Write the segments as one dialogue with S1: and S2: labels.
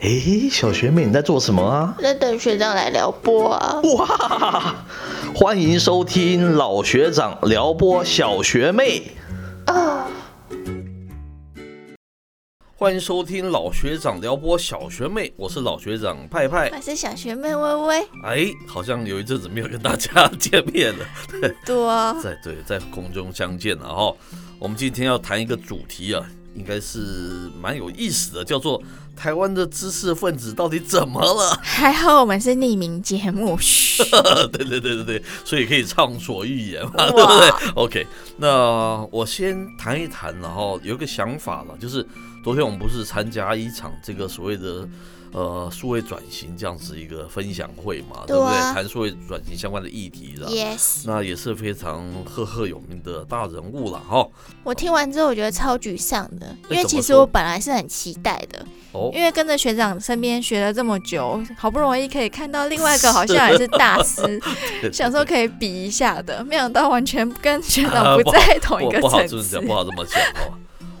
S1: 诶，小学妹你在做什么啊？
S2: 在等学长来撩拨啊！
S1: 哇，欢迎收听老学长撩拨小学妹。
S2: 啊，
S1: 欢迎收听老学长撩拨小学妹，我是老学长派派。
S2: 我是小学妹微微，
S1: 哎，好像有一阵子没有跟大家见面了，
S2: 多
S1: 在对，在空中相见了哈。我们今天要谈一个主题啊，应该是蛮有意思的，叫做台湾的知识分子到底怎么了？
S2: 还好我们是匿名节目，嘘，
S1: 对对对对对，所以可以畅所欲言嘛，
S2: 哇
S1: 对不对？OK，那我先谈一谈，然后有一个想法了，就是昨天我们不是参加一场这个所谓的呃数位转型这样子一个分享会嘛，对
S2: 对
S1: 不对？
S2: 啊
S1: 谈数位转型相关的议题的。
S2: yes。
S1: 那也是非常赫赫有名的大人物了哈。
S2: 我听完之后我觉得超沮丧的，因
S1: 怎
S2: 为
S1: 么
S2: 其实
S1: 说
S2: 我本来是很期待的，
S1: 哦，
S2: 因为跟着学长身边学了这么久，好不容易可以看到另外一个好像也是 大师，想说可以比一下的，没想到完全跟学
S1: 啊
S2: 长不在同一
S1: 我
S2: 个
S1: 不好这么
S2: 层次
S1: 讲，。不好这么讲哦。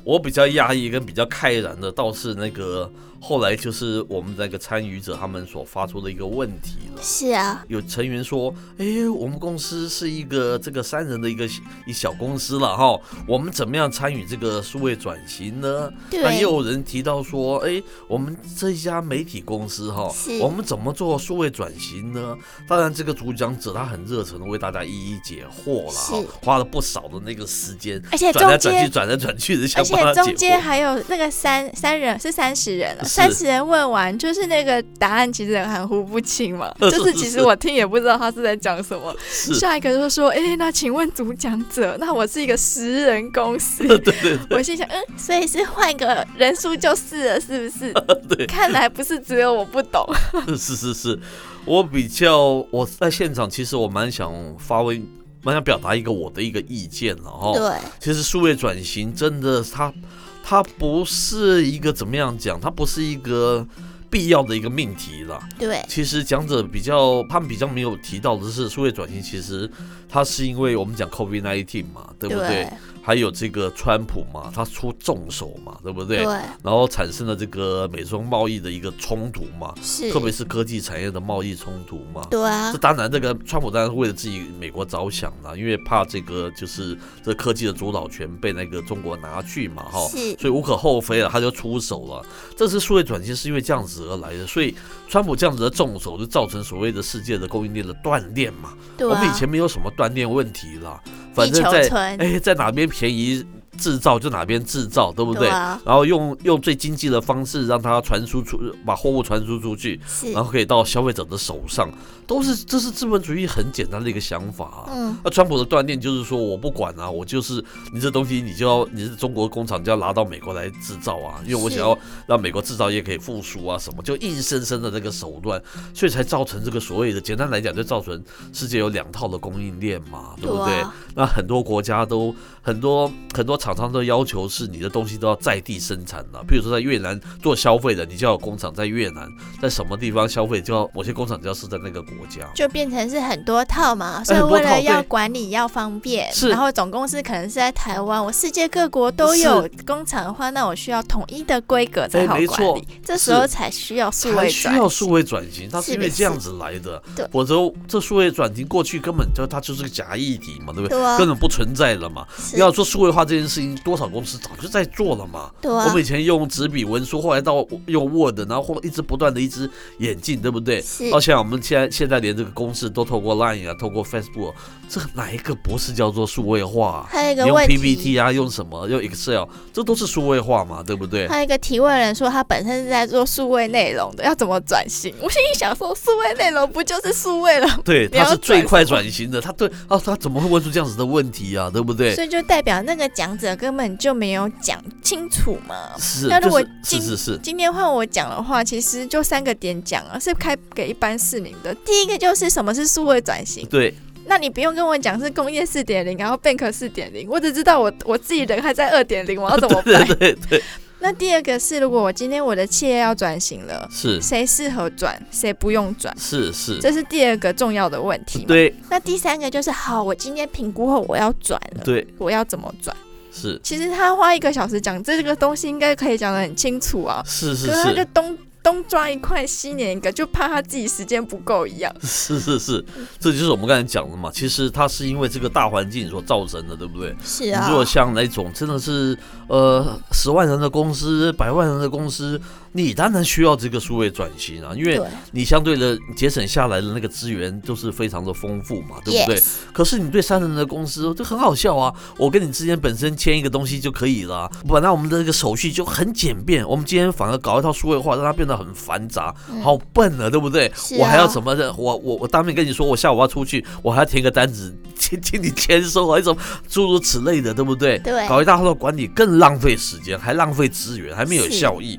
S1: 我比较压抑跟比较慨然的，倒是那个后来就是我们那个参与者他们所发出的一个问题了。
S2: 是啊，
S1: 有成员说：“哎、我们公司是一个这个三人的一个一小公司了哈，我们怎么样参与这个数位转型呢？”那也
S2: 对，
S1: 有人提到说：“哎、我们这一家媒体公司哈
S2: 是，
S1: 我们怎么做数位转型呢？”当然，这个主讲者他很热诚的为大家一一解惑了哈
S2: 是，
S1: 花了不少的那个时间，
S2: 而且
S1: 转来
S2: 中
S1: 转
S2: 间
S1: 去，转来转去的，想
S2: 而且
S1: 帮他
S2: 中
S1: 解
S2: 间
S1: 惑。
S2: 还有那个三三人是三十人了，哦
S1: 是
S2: 三十人问完就是那个答案其实很含糊不清嘛，
S1: 是
S2: 就
S1: 是
S2: 是其
S1: 是
S2: 实我听也不知道他是在讲什么。
S1: 是，
S2: 下一个就说：“哎、那请问主讲者，那我是一个十人公司。
S1: 对对对
S2: 我心想，嗯，所以是换个人数就是了，是不是？
S1: 啊对，
S2: 看来不是只有我不懂。
S1: 是是是，我比较我在现场，其实我蛮想发挥，蛮想表达一个我的一个意见了哈。其实数位转型真的它，它不是一个怎么样讲，它不是一个必要的一个命题啦。
S2: 对
S1: 其实讲者比较，他们比较没有提到的是，数位转型其实它是因为我们讲 COVID 1 9嘛，对不对？还有这个川普嘛，他出重手嘛，对不对？然后产生了这个美中贸易的一个冲突嘛，
S2: 是
S1: 特别是科技产业的贸易冲突嘛。
S2: 对啊
S1: 这，当然，这个川普当然是为了自己美国着想啦，因为怕这个就是这科技的主导权被那个中国拿去嘛，哈，
S2: 是
S1: 所以无可厚非啊了，他就出手了。这次数位转型是因为这样子而来的，所以川普这样子的重手就造成所谓的世界的供应链的断裂嘛。
S2: 对
S1: 我
S2: 啊
S1: 们以前没有什么断裂问题啦，反
S2: 地
S1: 正
S2: 球
S1: 在
S2: 村，
S1: 哎在哪边便宜制造就哪边制造，对不对？
S2: 啊，
S1: 然后用用最经济的方式让它传输出，把货物传输出去，
S2: 是
S1: 然后可以到消费者的手上，都是这是资本主义很简单的一个想法、啊。
S2: 嗯，
S1: 那川普的断念就是说，我不管啊，我就是你这东西，你就要你是中国工厂就要拿到美国来制造啊，因为我
S2: 是
S1: 想要让美国制造业可以复苏啊，什么就硬生生的那个手段，所以才造成这个所谓的，简单来讲就造成世界有两套的供应链嘛，对不对？
S2: 啊
S1: 那很多国家都很多很多厂商都要求是你的东西都要在地生产了，比如说在越南做消费的，你就要有工厂在越南，在什么地方消费就要某些工厂就要是在那个国家。
S2: 就变成是很多套嘛，所以
S1: 哎很多
S2: 为
S1: 套
S2: 了
S1: 对
S2: 要管理要方便，
S1: 是
S2: 然后总公司可能是在台湾，我世界各国都有工厂的话，那我需要统一的规格才好
S1: 哎没错
S2: 管理，这时候才需要数
S1: 才
S2: 位
S1: 需
S2: 转
S1: 要
S2: 型，
S1: 数位转型，它是
S2: 是
S1: 因为
S2: 的
S1: 这样子来的
S2: 对，
S1: 否则这数位转型过去根本就它就是个假议题嘛，对不对？
S2: 对啊
S1: 根本不存在了嘛。
S2: 是
S1: 要做数位化这件事情，多少公司早就在做了嘛。
S2: 对
S1: 我
S2: 啊
S1: 们，以前用纸笔文书，后来到用 Word，然后后来一直不断的一直演进，对不对？
S2: 是
S1: 到现在我们现在现在连这个公式都透过 Line 啊，透过 Facebook，这哪一个不是叫做数位化啊？
S2: 还有一
S1: 你
S2: 个
S1: 用
S2: 问题。
S1: PPT 啊，用什么？用 Excel，这都是数位化嘛，对不对？
S2: 还有一个提问人说，他本身是在做数位内容的，要怎么转型？ 我心里想说，数位内容不就是数位了吗？
S1: 对，
S2: 你
S1: 他
S2: 要
S1: 是最
S2: 转
S1: 快
S2: 什么
S1: 转型的，他对啊，他怎么会问出这样子的问题啊？对不对？
S2: 所以就代表那个讲者根本就没有讲清楚嘛。
S1: 是，
S2: 那如
S1: 就
S2: 果
S1: 是是
S2: 今
S1: 是是，
S2: 今天换我讲的话，其实就三个点讲啊，是开给一般市民的。第一个就是什么是数位转型，
S1: 对，
S2: 那你不用跟我讲是工业四点零，然后 bank 四点零，我只知道我我自己人还在二点零，我要 怎么办？
S1: 对对对，
S2: 那第二个是，如果我今天我的企业要转型了，
S1: 是
S2: 谁适合转，谁不用转，
S1: 是是，
S2: 这是第二个重要的问题嘛。
S1: 对
S2: 那第三个就是，好，我今天评估后我要转了，
S1: 对
S2: 我要怎么转？
S1: 是
S2: 其实他花一个小时讲这个东西，应该可以讲得很清楚啊。
S1: 是是，
S2: 可是他就是东东抓一块西捻一个，就怕他自己时间不够一样。
S1: 是是是，这就是我们刚才讲的嘛。其实它是因为这个大环境所造成的，对不对？
S3: 是啊。
S1: 如果像那种真的是呃十万人的公司、百万人的公司，你当然需要这个数位转型啊，因为
S3: 对
S1: 你相对的节省下来的那个资源就是非常的丰富嘛，对不对
S3: Yes
S1: 可是你对三人的公司就很好笑啊，我跟你之间本身签一个东西就可以了、啊，本来我们的这个手续就很简便，我们今天反而搞一套数位化，让它变得很繁杂，好笨啊，对不对？
S3: 嗯是
S1: 我还
S3: 啊
S1: 要怎么的？我我我当面跟你说，我下午要出去，我还要填个单子， 请请你签收，啊还是什么诸如此类的，对不对？
S3: 对
S1: 搞一大套的管理更浪费时间，还浪费资源，还没有
S3: 是
S1: 效益。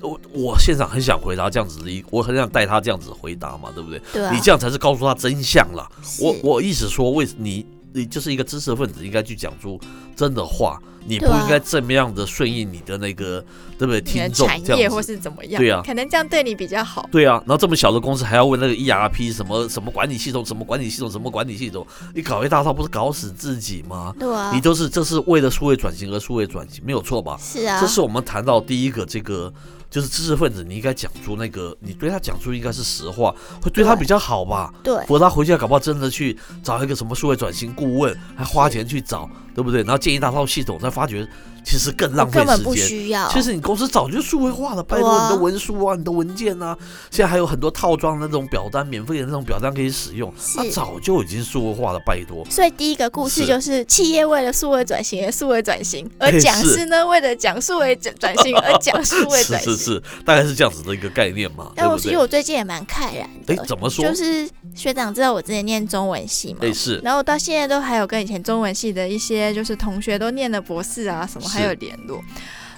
S1: 我我现场很想回答这样子的一，我很想带他这样子回答嘛，对不对？
S3: 对啊，
S1: 你这样才是告诉他真相啦。
S3: 是
S1: 我我意思说，为你你就是一个知识分子，应该去讲出真的话，你不
S3: 对啊
S1: 应该这么样的顺应你的那个，对不对？
S2: 你的
S1: 听众
S2: 产
S1: 这
S2: 业
S1: 样
S2: 或
S1: 子。
S2: 是怎么样，
S1: 对啊
S2: 可能这样对你比较好。
S1: 对啊，然后这么小的公司还要问那个 ERP 什么什么管理系统，什么管理系统，什么管理系统，你搞一大套不是搞死自己吗？
S3: 对啊，
S1: 你都是这是为了数位转型而数位转型，没有错吧？
S3: 是啊，
S1: 这是我们谈到第一个这个。就是知识分子，你应该讲出那个，你对他讲出应该是实话，会对他
S3: 对
S1: 比较好吧？
S3: 对
S1: 否则他回去搞不好真的去找一个什么数位转型顾问，还花钱去找，对不对？然后建一大套系统，才发觉其实更浪费
S3: 根本不
S1: 时间。
S3: 需要。
S1: 其实你公司早就数位化了，拜
S3: 对
S1: 托
S3: 啊
S1: 你的文书啊、你的文件啊，现在还有很多套装的那种表单，免费的那种表单可以使用，它
S3: 是
S1: 早就已经数位化了，拜托。
S3: 哦所以第一个故事
S1: 啊是
S3: 就是企业为了数位转型而数位转型，而
S1: 哎
S3: 讲
S1: 是
S3: 师呢为了讲数位转转 型而讲数位
S1: 是
S3: 转型。哎
S1: 是是，大概是这样子的一个概念嘛，对
S3: 但我
S1: 不
S3: 其实我
S1: 对？
S3: 最近也蛮慨然
S1: 哎
S3: 的，，
S1: 怎么说？
S3: 就是学长知道我之前念中文系嘛，
S1: 哎是
S2: 然后我到现在都还有跟以前中文系的一些就是同学都念了博士啊什么
S1: 是
S2: 还有联络。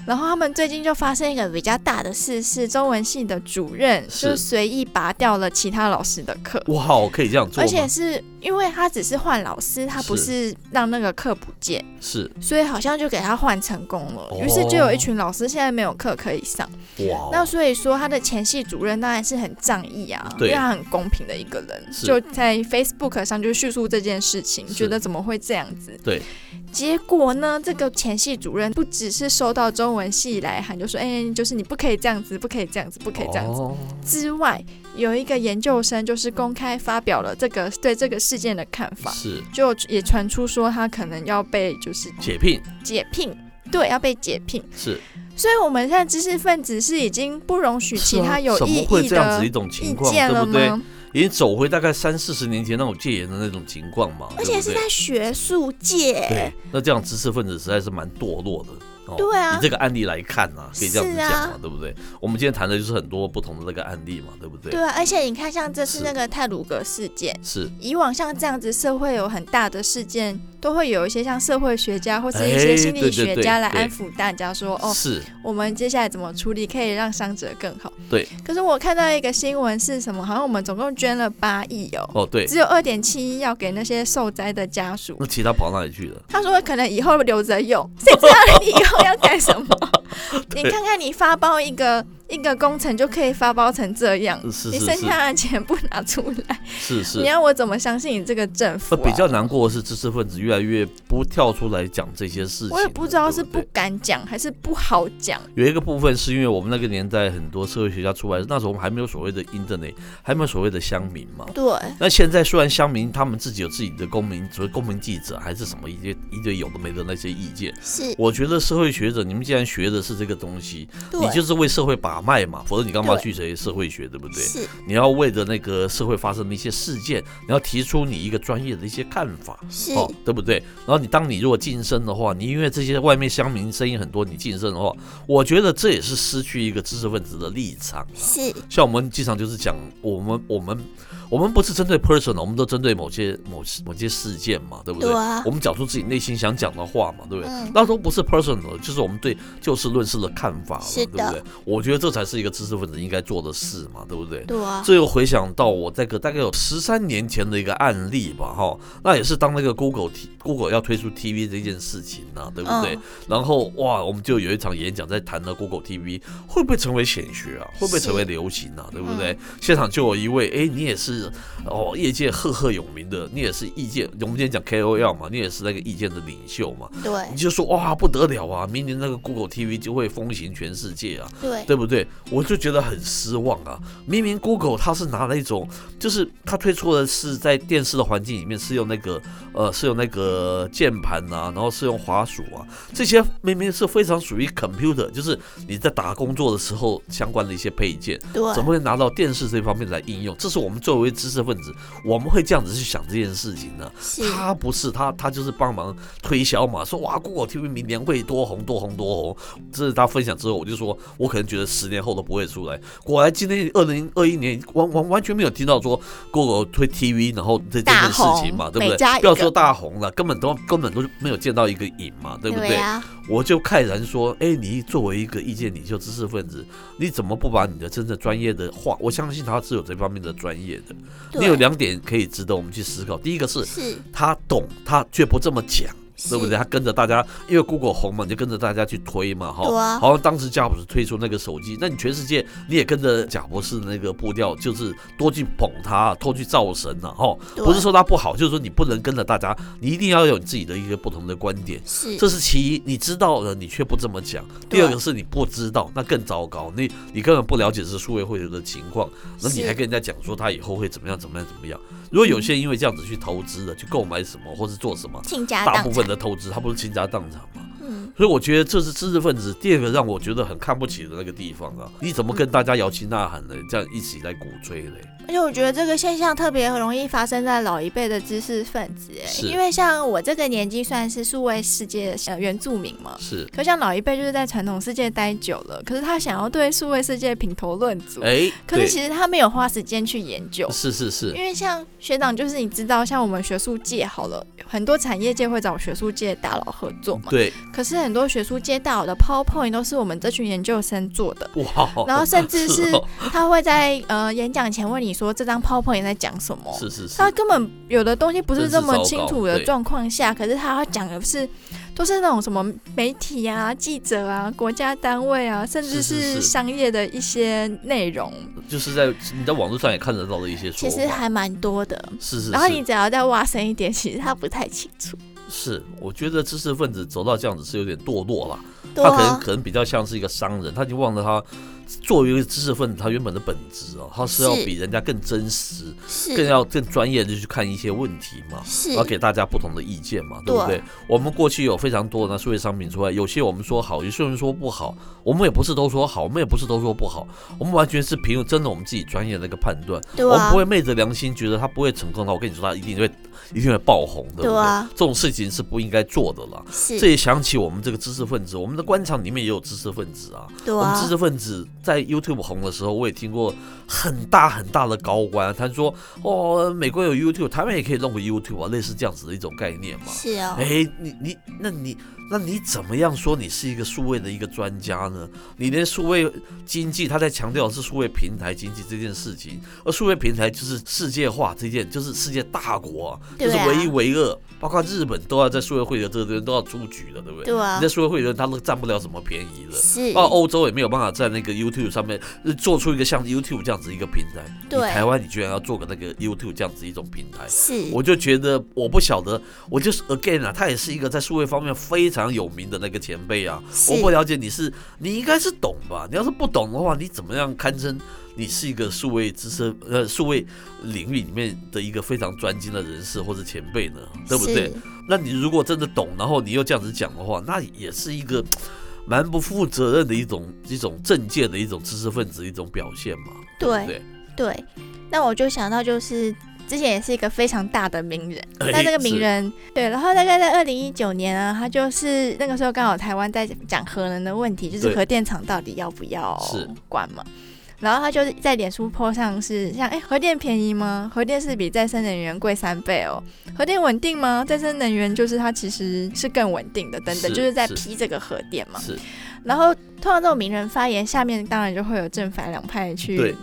S2: 然后他们最近就发生一个比较大的事，是中文系的主任
S1: 是
S2: 就随意拔掉了其他老师的课，
S1: 哇，我可以这样做
S2: 而
S1: 吗？
S2: 且是因为他只是换老师，他不是让那个课不见，
S1: 是
S2: 所以好像就给他换成功了。
S1: 哦
S2: 于是就有一群老师现在没有课可以上。
S1: 哇
S2: 那
S1: 哦，
S2: 所以说，他的前系主任当然是很仗义啊，因
S1: 对
S2: 为他很公平的一个人，
S1: 是
S2: 就在 Facebook 上就叙述这件事情，
S1: 是
S2: 觉得怎么会这样子？
S1: 对。
S2: 结果呢，这个前系主任不只是收到中文系来函，就说：“哎、就是你不可以这样子，不可以这样子，不可以这样子。
S1: 哦
S2: 之外，有一个研究生就是公开发表了这个对这个事件的看法，
S1: 是
S2: 就也传出说他可能要被就是
S1: 解聘
S2: 解聘，对，要被解聘。
S1: 是，
S2: 所以，我们现在知识分子是已经不容许其他有
S1: 是啊怎
S2: 意
S1: 么会
S2: 义
S1: 这样
S2: 的
S1: 子一种
S2: 意
S1: 情况，
S2: 见
S1: 对
S2: 了
S1: 不对？
S2: 吗？
S1: 已经走回大概三四十年前那种戒严的那种情况嘛，
S3: 而
S1: 对
S3: 且
S1: 不
S3: 是
S1: 对
S3: 在学术界
S1: 对，，那这样知识分子实在是蛮堕落的。哦
S3: 对啊
S1: 以这个案例来看啊，可以这样子
S3: 是啊
S1: 讲嘛，对不对？我们今天谈的就是很多不同的那个案例嘛，对不对？
S3: 对啊，而且你看，像这次
S1: 是
S3: 那个泰鲁格事件，
S1: 是，
S2: 以往像这样子社会有很大的事件，都会有一些像社会学家或是一些
S1: 哎
S2: 心理
S1: 对对
S2: 学
S1: 对
S2: 家来
S1: 对
S2: 安抚大家说，哦，
S1: 是，
S2: 我们接下来怎么处理可以让伤者更好。
S1: 对。
S2: 可是我看到一个新闻是什么？好像我们总共捐了八亿哦，
S1: 哦，对。
S2: 只有二点七亿要给那些受灾的家属
S1: 那。其他跑哪里去了？
S2: 他说可能以后留着用，谁知道你以后要干什 么？你看看你发包一个一个工程就可以发包成这样，
S1: 是
S2: 你
S1: 是
S2: 剩
S1: 是
S2: 下的钱不拿出来，
S1: 是是
S2: 你。要我怎么相信你这个政府、
S1: 那
S2: 啊？
S1: 比较难过的是，知识分子越来越不跳出来讲这些事情了。
S2: 我也不知道是
S1: 对
S2: 不
S1: 对
S2: 敢讲还是不好讲，
S1: 有一个部分是因为我们那个年代很多社会学家出来，那时候我们还没有所谓的 internet，还没有所谓的乡民嘛。
S3: 对，
S1: 那现在虽然乡民他们自己有自己的公民，所谓公民记者还是什么一些一堆有的没的那些意见，
S3: 是，
S1: 我觉得社会学者你们既然学的是这个东西，
S3: 对，
S1: 你就是为社会把脉嘛，否则你干嘛
S3: 对
S1: 去学社会学，对不对？
S3: 是，
S1: 你要为着那个社会发生的一些事件，你要提出你一个专业的一些看法。
S3: 是，
S1: 哦，对不对？然后你当你如果晋升的话，你因为这些外面乡民声音很多，你晋升的话，我觉得这也是失去一个知识分子的立场。啊
S3: 是，
S1: 像我们经常就是讲，我们我们我们不是针对 person，我们都针对某些某某些事件嘛，对不哦对？
S3: 对啊
S1: 我们讲出自己内心想讲的话嘛，对不对？
S3: 嗯
S1: 那都不是 personal，就是我们对就事论事的看法嘛，
S3: 是
S1: 对
S3: 的
S1: 不对？我觉得这才是一个知识分子应该做的事嘛，对不对？
S3: 对啊，
S1: 这又回想到我这个大概有十三年前的一个案例吧，哈，那也是当那个 Google T Google 要推出 TV 这件事情呐、对不对？
S3: 嗯
S1: 然后哇，我们就有一场演讲在谈了 Google
S3: 嗯
S1: TV 会不会成为显学啊，会不会成为流行啊，对不对？现场就有一位，哎，你也是是哦业界赫赫有名的，你也是意见，我们今天讲 KOL 嘛，你也是那个意见的领袖嘛，
S3: 对
S1: 你就说哇不得了啊，明年那个 Google TV 就会风行全世界啊，
S3: 对
S1: 对不对？我就觉得很失望啊！明明 Google 它是拿了一种，就是它推出的是在电视的环境里面是用那个呃是用那个键盘啊，然后是用滑鼠啊，这些明明是非常属于 computer，就是你在打工作的时候相关的一些配件，
S3: 对
S1: 怎么会拿到电视这方面来应用？这是我们作为知识分子，我们会这样子去想这件事情呢？
S3: 是
S1: 他不是他，他就是帮忙推销嘛，说哇，Google TV 明年会多红多红多红。这是他分享之后，我就说，我可能觉得十年后都不会出来。果然今天二零二一年完完完全没有听到说 Google 推 TV，然后这这
S3: 大
S1: 件事情
S3: 红
S1: 嘛，对
S3: 每
S1: 不
S3: 家
S1: 对？
S3: 一
S1: 不要
S3: 个
S1: 说大红了，根本都根本都没有见到一个影嘛，对不对？
S2: 啊
S3: 呀，
S1: 我就慨然说：“哎，你作为一个意见领袖、知识分子，你怎么不把你的真正专业的话？我相信他是有这方面的专业的。
S3: 对
S1: 你有两点可以值得我们去思考。第一个是
S3: 是
S1: 他懂，他却不这么讲，
S3: 是
S1: 对不对？他跟着大家，因为 Google 红嘛，你就跟着大家去推嘛，
S3: 对
S1: 哈。
S3: 啊
S1: 好像当时贾博士推出那个手机，那你全世界你也跟着贾博士那个步调，就是多去捧他，多去造神呐、哈。
S3: 对
S1: 不是说他不好，就是说你不能跟着大家，你一定要有你自己的一个不同的观点。
S3: 是
S1: 这是其一，你知道了，你却不这么讲；第
S3: 对
S1: 二个是你不知道，那更糟糕，你你根本不了解是数位会的情况，那你
S3: 是
S1: 还跟人家讲说他以后会怎么样怎么样怎么样。如果有些人因为这样子去投资的，去购买什么或是做什么，
S3: 倾家
S1: 大
S3: 荡
S1: 部
S3: 产，
S1: 分的投资他不是倾家荡产吗？
S3: 嗯，
S1: 所以我觉得这是知识分子第二个让我觉得很看不起的那个地方啊！你怎么跟大家摇旗呐喊呢？这样一起来鼓吹嘞？
S3: 而且我觉得这个现象特别容易发生在老一辈的知识分子，哎
S1: 是
S3: 因为像我这个年纪算是数位世界的呃原住民嘛，
S1: 是，
S2: 可像老一辈就是在传统世界待久了，可是他想要对数位世界品头论足，
S1: 哎，
S2: 可是
S1: 对，
S2: 其实他没有花时间去研究。
S1: 是是是
S2: 因，为像学长，就是你知道，像我们学术界好了，很多产业界会找学术界大佬合作嘛。
S1: 对，
S2: 可是很多学术界大佬的 PowerPoint 都是我们这群研究生做的，
S1: 哇，
S2: 然后甚 至
S1: 是
S2: 是
S1: 哦
S2: 他会在呃演讲前问你说这张 PowerPoint 在讲什么，
S1: 是是是
S2: 他，根本有的东西不是这么清
S1: 真是
S2: 楚
S1: 糟糕
S2: 的
S1: 对
S2: 状况下，可是他要讲的是都是那种什么媒体啊、记者啊、国家单位啊，甚
S1: 是
S2: 至
S1: 是是
S2: 是商业的一些内容，
S1: 就是在你在网络上也看得到的一些说
S3: 其
S1: 法，
S3: 实还蛮多的。
S1: 是 是
S3: 然后
S1: 是
S3: 你只要再挖深一点，其实他不太清楚。
S1: 是，我觉得知识分子走到这样子是有点堕落了，
S3: 对
S1: 他可能
S3: 啊，
S1: 可能比较像是一个商人，他已经忘了他作为一个知识分子他原本的本质哦，他是要
S3: 是
S1: 比人家更真实，更
S3: 是
S1: 要更专业的去看一些问题嘛。
S3: 是
S1: 然后给大家不同的意见嘛，对不对？
S3: 对
S1: 我们过去有非常多的数位商品出来，有些我们说好，有些人说不好，我们也不是都说好，我们也不是都说不好，我们完全是凭真的我们自己专业的一个判断，
S3: 对
S1: 我们
S3: 啊
S1: 不，会昧着良心觉得他不会成功的。我跟你说，他一定会一定会爆红的，对不
S3: 对啊
S1: 这种事情是不应该做的啦。这
S3: 是
S1: 也想起我们这个知识分子，我们的官场里面也有知识分子啊。
S3: 对
S1: 我们知
S3: 啊，
S1: 识分子在 YouTube 红的时候，我也听过很大很大的高官，他说：“哦，美国有 YouTube，台湾也可以弄个 YouTube 啊，类似这样子的一种概念嘛。”
S3: 是哦，
S1: 哎，你你那你那你怎么样说你是一个数位的一个专家呢？你连数位经济，他在强调的是数位平台经济这件事情，而数位平台就是世界化这件，就是世界大国、就是
S3: 对啊
S1: 唯一唯二，包括日本都要在数位会的这个边都要出局了，对不对？
S3: 对啊
S1: 你在，数位会的，他都占不了什么便宜了。
S3: 是
S1: 哦，欧洲也没有办法在那个 YouTube 上面呃做出一个像 YouTube 这样子一个平台。你
S3: 对
S1: 台湾你居然要做个那个 YouTube 这样子一种平台，
S3: 是，
S1: 我就觉得我不晓得，我就是 again 啊，他也是一个在数位方面非常有名的那个前辈啊。
S3: 是
S1: 我不了解你是，你应该是懂吧？你要是不懂的话，你怎么样堪称你是一个数位知识呃数位领域里面的一个非常专精的人士或者前辈呢？对不对
S3: 是？？
S1: 那你如果真的懂，然后你又这样子讲的话，那也是一个嗯蛮不负责任的一种一种政界的一种知识分子一种表现嘛，对不
S3: 对
S1: 对？
S3: 对。那我就想到就是。之前也是一个非常大的名人，
S1: 哎
S3: 那这个名
S1: 是
S3: 人对，然后大概在二零一九年啊，他就是那个时候刚好台湾在讲核能的问题，就是
S1: 对
S3: 核电厂到底要不要
S1: 是
S3: 管嘛。然后他就是在脸书 po 上是像，哎，核电便宜吗？核电是比再生能源贵三倍哦。核电稳定吗？再生能源就是它其实是更稳定的，等等，
S1: 是
S3: 就是在
S1: 是
S3: 批这个核电嘛。
S1: 是，
S3: 然后通常这种名人发言，下面当然就会有正反两派
S1: 对
S3: 去，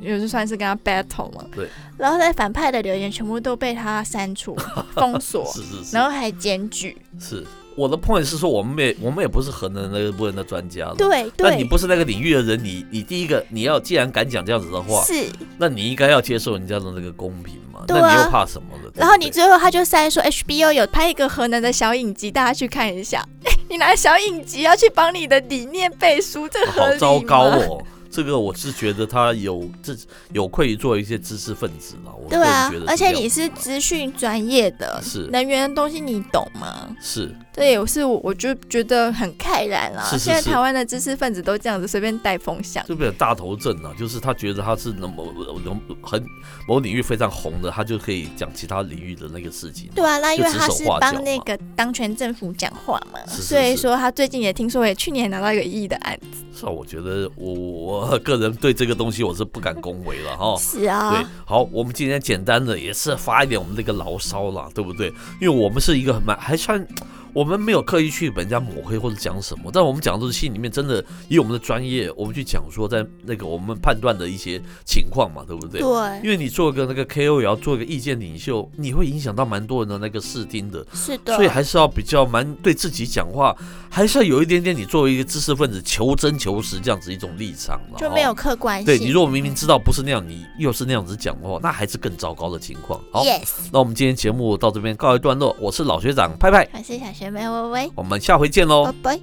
S3: 也就算是跟他 battle 嘛。
S1: 对。
S3: 然后在反 派的留言全部都被他删除、封锁，
S1: 是是是，
S3: 然后还检举。
S1: 是我的 point 是说，我们也我们也不是核能那部分的专家，
S2: 对
S1: 哦那你
S2: 对，
S1: 不是那个领域的人，你你第一个你要既然敢讲这样子的话，
S2: 是。
S1: 那你应该要接受人家的那个公平嘛，
S2: 对啊
S1: 那你又怕什么了？
S2: 然后
S1: 对不
S2: 你
S1: 对
S2: 最后他就塞说 HBO 有拍一个核能的小影集，大家去看一下。 你拿小影集要去帮你的理念背书，这合理
S1: 好
S2: 吗
S1: 糟糕！哦。这个我是觉得他有自有愧于作为一些知识分子了，我
S2: 对啊
S1: 个人觉，得是这
S2: 而且
S1: 样子
S2: 你是
S1: 啦
S2: 资讯专业的，
S1: 是
S2: 能源的东西你懂吗？
S1: 是
S2: 这也是我我就觉得很慨然啦。
S1: 嗯是是
S2: 现在
S1: 是
S2: 台湾的知识分子都这样子随便带风向，
S1: 就比较大头症啊，就是他觉得他是能某某很某领域非常红的，他就可以讲其他领域的那个事情。
S2: 对啊，那因为他
S1: 就指
S2: 是
S1: 手画脚嘛
S2: 帮那个当权政府讲话嘛，
S1: 是是
S2: 所以
S1: 是
S2: 说他最近也听说，也去年拿到一个一亿的案子。
S1: 是啊，我觉得我我个人对这个东西我是不敢恭维了哈。
S2: 是啊，
S1: 对，好，我们今天简单的也是发一点我们这个牢骚啦，对不对？因为我们是一个很蛮还算，我们没有刻意去把人家抹黑或者讲什么，但我们讲的都是心里面真的以我们的专业，我们去讲说在那个我们判断的一些情况嘛，对不对？
S2: 对，
S1: 因为你做个那个 KO，也要做一个意见领袖，你会影响到蛮多人的那个视听的，
S2: 是的，
S1: 所以还是要比较蛮对自己讲话，还是要有一点点你作为一个知识分子求真求实这样子一种立场啦
S2: 就没
S1: 哦
S2: 有客观性。
S1: 对你如果明明知道不是那样，你又是那样子讲的话，那还是更糟糕的情况。好
S2: Yes，
S1: 那我们今天节目到这边告一段落，我是老学长派派，
S2: 我是小学妹微微，
S1: 我们下回见喽
S4: 哦
S2: 拜。拜。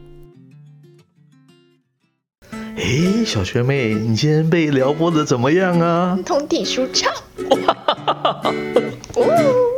S4: 诶，小学妹，你今天被撩拨的怎么样啊？
S5: 通体舒畅。哦